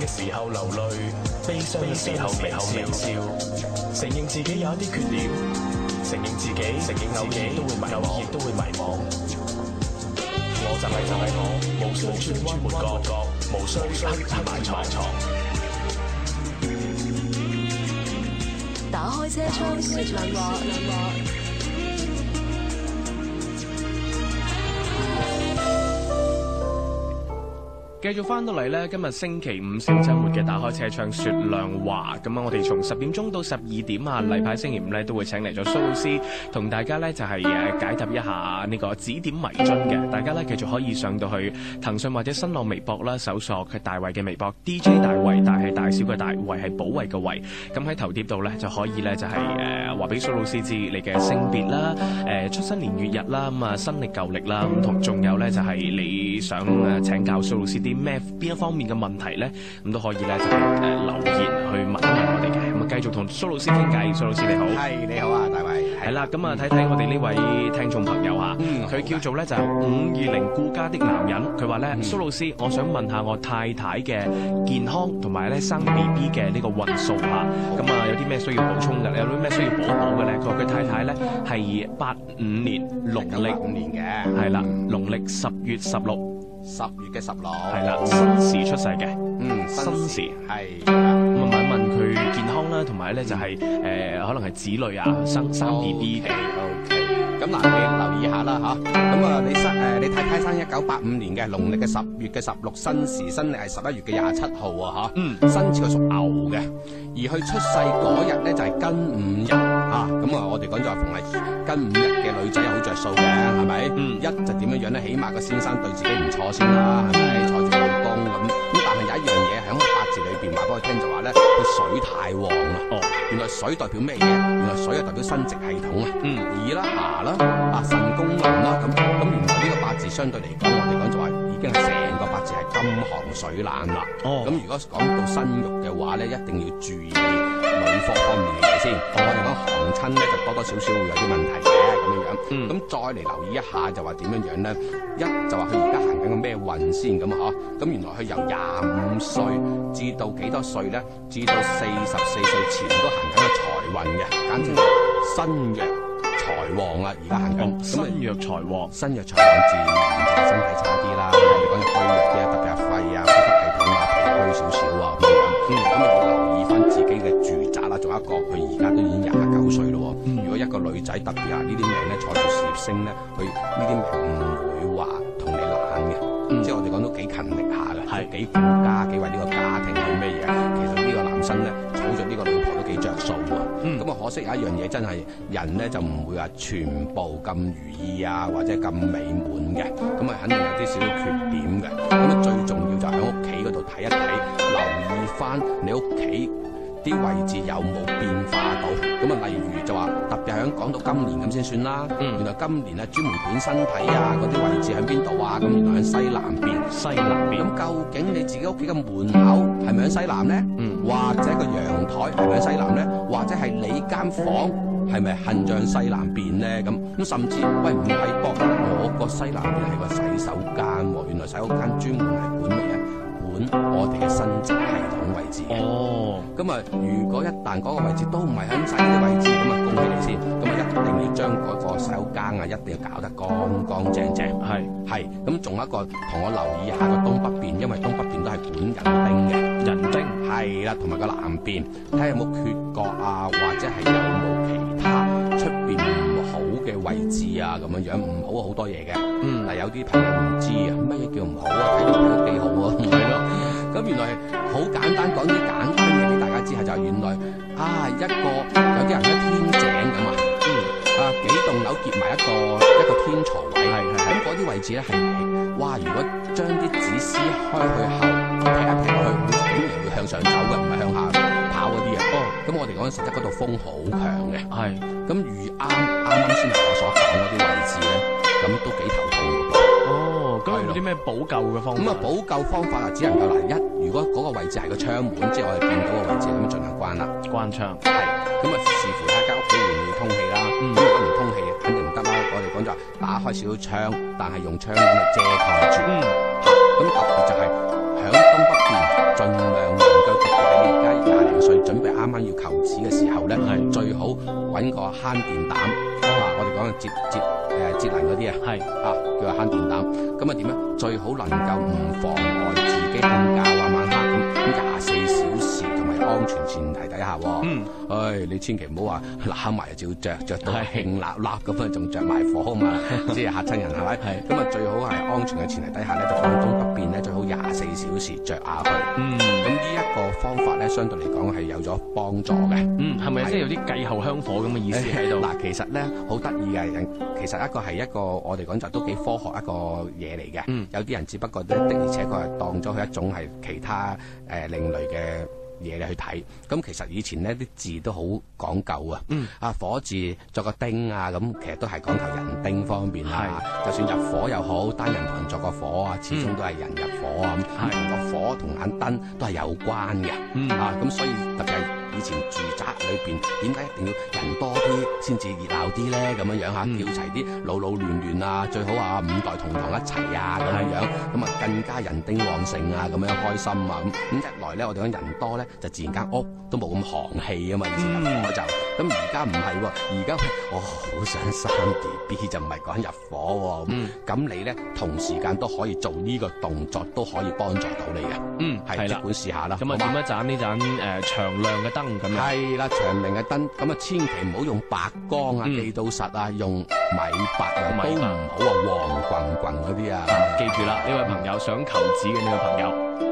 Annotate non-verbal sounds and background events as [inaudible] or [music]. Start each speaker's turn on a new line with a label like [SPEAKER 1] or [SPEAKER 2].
[SPEAKER 1] 嘅時候流淚，悲傷嘅時候微笑，承認自己有一啲缺點，承認自己，承認自己都會迷惘，亦都會迷惘。我就係就係我，無需轉彎抹角，無需黑黑埋藏藏。
[SPEAKER 2] 打開車窗說亮話，
[SPEAKER 3] 繼續翻到嚟呢，今日星期五小週末嘅打開車窗說亮話，咁啊，我哋從十點鐘到十二點啊，例牌星期五呢，都會請嚟咗蘇老師同大家呢，就係、誒解答一下呢個指點迷津嘅。大家呢，繼續可以上到去騰訊或者新浪微博啦，搜索佢大衛嘅微博 DJ 大衛，大係大小嘅大，衛係保衛嘅衛。咁喺頭貼度呢，就可以呢，就係誒話俾蘇老師知你嘅性別啦、誒、出生年月日啦、咁啊新歷舊歷啦，咁同仲有呢，就係、你想誒請教蘇老師啲咩邊一方面嘅問題呢？咁都可以呢，就係、誒留言去問一問我哋嘅。咁啊繼續同蘇老師傾偈，蘇老師你好。
[SPEAKER 4] 係你好啊，大衛。
[SPEAKER 3] 係啦，
[SPEAKER 4] 嗯
[SPEAKER 3] 咁啊睇睇我哋呢位聽眾朋友啊，佢叫做咧就五二零顧家的男人，佢話
[SPEAKER 4] 嗯
[SPEAKER 3] 咧蘇老師，我想問下我太太嘅健康同埋咧生 B B 嘅呢個運數啊，咁啊有啲咩需要補充嘅？有啲咩需要補補嘅咧？佢話佢太太咧係八五年農
[SPEAKER 4] 歷
[SPEAKER 3] 曆
[SPEAKER 4] 五年嘅，
[SPEAKER 3] 係啦，
[SPEAKER 4] 嗯
[SPEAKER 3] 農曆十月十六
[SPEAKER 4] 十月嘅十六，
[SPEAKER 3] 係啦，新時出世嘅，
[SPEAKER 4] 嗯，
[SPEAKER 3] 新時
[SPEAKER 4] 係啊
[SPEAKER 3] 咁啊問一問佢健康啦，同埋咧就係誒可能係子女啊生生 B B 嘅。
[SPEAKER 4] OK，OK。咁嗱，你留意下啦吓，咁啊，你
[SPEAKER 3] 嗯
[SPEAKER 4] 生誒你太太生一九八五年嘅，農曆嘅十月嘅十六，新時新曆係十一月嘅廿七號啊吓，
[SPEAKER 3] 嗯，
[SPEAKER 4] 生肖屬牛嘅，而佢出世嗰日咧就係庚午日啊，咁啊，我哋講就係逢係庚午日嘅女仔好着數嘅，係咪？
[SPEAKER 3] 嗯
[SPEAKER 4] 一就點樣樣咧，起碼個先生對自己唔錯先啦，係咪？坐住老公咁，咁但係有一樣嘢喺我八字裏邊話俾我聽就話咧，佢水太旺啊。
[SPEAKER 3] 哦，
[SPEAKER 4] 原來水代表咩嘢？原來水係代表生殖系統啊，
[SPEAKER 3] 嗯
[SPEAKER 4] 耳啦、牙啦、啊腎功能啦，咁咁原來呢個八字相對嚟講，我哋講就話已經係成個八字係金寒水冷啦。
[SPEAKER 3] 哦
[SPEAKER 4] 咁如果講到生育嘅話咧，一定要注意女科方面嘅嘢先。我哋講寒親咧，就多多少少會有啲問題嘅咁樣樣。
[SPEAKER 3] 嗯
[SPEAKER 4] 咁再嚟留意一下就話點樣樣咧？一就話佢而家行緊個咩運先咁啊？嗬咁原來佢由廿五歲至到幾多歲咧？至到四十四歲前都行緊個財運嘅，簡
[SPEAKER 3] 嗯
[SPEAKER 4] 稱係身弱財旺啊！而家行
[SPEAKER 3] 哦
[SPEAKER 4] 緊咁啊
[SPEAKER 3] 身弱財旺。
[SPEAKER 4] 身弱財旺自然就身體差啲啦，我哋講嘅虛弱啲啊，特別係肺啊、呼吸系統啊、脾虛少少啊咁樣。嗯，咁啊要留意翻自己嘅住宅啦，仲有一個佢而家都已經廿九歲咯喎。如果一個女仔特別係呢啲命咧，坐住事業星咧，佢呢啲命唔會話同你懶嘅。即係我哋講都幾勤力下嘅，
[SPEAKER 3] 嗯係
[SPEAKER 4] 幾顧家，幾為呢個家庭去咩嘢？其實呢個男生咧，娶咗呢個老婆都幾着數喎。
[SPEAKER 3] 嗯
[SPEAKER 4] 咁啊，可惜有一樣嘢真係人咧就唔會話全部咁如意啊，或者咁美滿嘅，咁啊肯定有啲少少缺點嘅。咁啊最重要就喺屋企嗰度睇一睇，留意翻你屋企。啲位置有冇變化到？咁啊，例如就話特別係講到今年咁先算啦。
[SPEAKER 3] 嗯
[SPEAKER 4] 原來今年啊，專門管身體啊嗰啲位置喺邊度啊？咁原來喺西南邊。
[SPEAKER 3] 西南邊，
[SPEAKER 4] 咁究竟你自己屋企嘅門口係咪喺西南呢？
[SPEAKER 3] 嗯
[SPEAKER 4] 或者個陽台係咪喺西南呢？或者係你間房係咪行向西南邊呢？咁咁甚至喂唔係噃，我個西南邊係個洗手間喎，原來洗手間專門係管乜嘢？管我哋嘅生殖系統位置嘅。
[SPEAKER 3] 哦，
[SPEAKER 4] 咁啊，如果一旦嗰個位置都唔係喺晒呢啲位置，咁啊恭喜你先，咁啊一定要將嗰個洗手間啊，一定要搞得乾乾淨淨。
[SPEAKER 3] 係
[SPEAKER 4] 係，咁仲有一個同我留意下個東北邊，因為東北邊都係管人丁嘅。
[SPEAKER 3] 人丁，
[SPEAKER 4] 係啦，同埋個南邊，睇下有冇缺角啊，或者係有冇其他出邊唔好嘅位置啊，咁樣樣唔好好多嘢嘅。
[SPEAKER 3] 嗯
[SPEAKER 4] 嗱有啲朋友唔知啊，乜嘢叫唔好啊？睇到睇到幾好啊，唔係咯？咁原來好簡單，講啲簡單嘢俾大家知下，就係原來啊一個有啲人喺天井咁啊。
[SPEAKER 3] 嗯，
[SPEAKER 4] 啊幾棟樓結埋一個一個天槽位，
[SPEAKER 3] 係係係
[SPEAKER 4] 咁嗰啲位置咧係你，哇！如果將啲紙撕開去後踢一踢落去，會竟然會向上走嘅，唔係向下跑嗰啲啊。
[SPEAKER 3] 哦，
[SPEAKER 4] 咁我哋講緊實質嗰度風好強嘅，
[SPEAKER 3] 係，
[SPEAKER 4] 咁如啱啱啱先我所講嗰啲位置咧，咁都幾頭痛嘅噃。
[SPEAKER 3] 哦，咁
[SPEAKER 4] 係
[SPEAKER 3] 有
[SPEAKER 4] 咯
[SPEAKER 3] 啲咩補救嘅方法？
[SPEAKER 4] 咁啊，補救方法啊，只能夠嗱一，如果嗰個位置係個窗門，即係我哋見到個位置，咁盡量關啦。
[SPEAKER 3] 關窗，
[SPEAKER 4] 係，咁啊視乎睇間屋企會唔會通氣啦。咁
[SPEAKER 3] 嗯
[SPEAKER 4] 如果唔通氣，肯定唔得啦。我哋講就話打開少少窗，但係用窗簾去遮蓋住。
[SPEAKER 3] 嗯，
[SPEAKER 4] 咁特別就係響東北邊，盡量要求子嘅時候咧
[SPEAKER 3] 係，
[SPEAKER 4] 最好揾個慳電膽啊！我哋講嘅節節誒節能嗰啲啊。
[SPEAKER 3] 嗯係
[SPEAKER 4] 啊，叫做慳電膽。咁啊點咧？最好能夠唔妨礙自己瞓覺啊、晚黑咁，廿四小時同埋安全前提底下喎。
[SPEAKER 3] 嗯，
[SPEAKER 4] 唉，你千祈唔好話揦埋就照着，着到
[SPEAKER 3] 係
[SPEAKER 4] 興辣辣咁啊，仲着埋火啊
[SPEAKER 3] [laughs]
[SPEAKER 4] 嘛，即係嚇親人係咪？
[SPEAKER 3] 係
[SPEAKER 4] 咁啊，最好係安全嘅前提底下咧，就放東不變咧，最好廿四小時着下佢。
[SPEAKER 3] 嗯
[SPEAKER 4] 咁呢一個方法咧，相對嚟講係有咗幫助嘅。
[SPEAKER 3] 嗯，係咪即係有啲繼後香火咁嘅意思喺度？
[SPEAKER 4] 嗱，其實咧好得意嘅，人其實一個係一個我哋講就都幾科學一個嘢嚟嘅。
[SPEAKER 3] 嗯
[SPEAKER 4] 有啲人只不過咧的而且確係當咗佢一種係其他誒、呃另類嘅。嘢嚟去睇，咁其實以前呢啲字都好講究啊，
[SPEAKER 3] 嗯
[SPEAKER 4] 啊火字作個丁啊，咁其實都係講求人丁方面啊，就算入火又好，單人旁作個火啊，始終都係人入火啊，咁
[SPEAKER 3] 係
[SPEAKER 4] 同個火同眼燈都係有關嘅。
[SPEAKER 3] 嗯
[SPEAKER 4] 啊，咁所以特別係以前住宅裏邊，點解一定要人多啲先至熱鬧啲咧？咁樣樣嚇，
[SPEAKER 3] 嗯
[SPEAKER 4] 叫齊啲老老嫩嫩啊，最好啊五代同堂一齊啊咁樣樣，咁啊更加人丁旺盛啊，咁樣開心啊咁。咁一來咧，我哋講人多咧，就自然間屋都冇咁寒氣啊嘛，以前入
[SPEAKER 3] 嗯
[SPEAKER 4] 火就。咁而家唔係喎，而家我好想生 B B 就唔係講入伙喎、
[SPEAKER 3] 嗯
[SPEAKER 4] 咁你咧同時間都可以做呢個動作，都可以幫助到你嘅，
[SPEAKER 3] 嗯，
[SPEAKER 4] 係
[SPEAKER 3] 係
[SPEAKER 4] 即
[SPEAKER 3] 啦。
[SPEAKER 4] 管試下啦。
[SPEAKER 3] 咁啊，
[SPEAKER 4] 好
[SPEAKER 3] 點
[SPEAKER 4] 嘛
[SPEAKER 3] 一盞呢盞誒長亮嘅燈咁樣？
[SPEAKER 4] 係啦，長明嘅燈，咁啊千祈唔好用白光啊，
[SPEAKER 3] 嗯
[SPEAKER 4] 記到實啊，用米白又
[SPEAKER 3] 米
[SPEAKER 4] 都唔
[SPEAKER 3] 白
[SPEAKER 4] 好啊，黃棍棍嗰啲啊。
[SPEAKER 3] 記住啦，呢位朋友想求子嘅呢位朋友，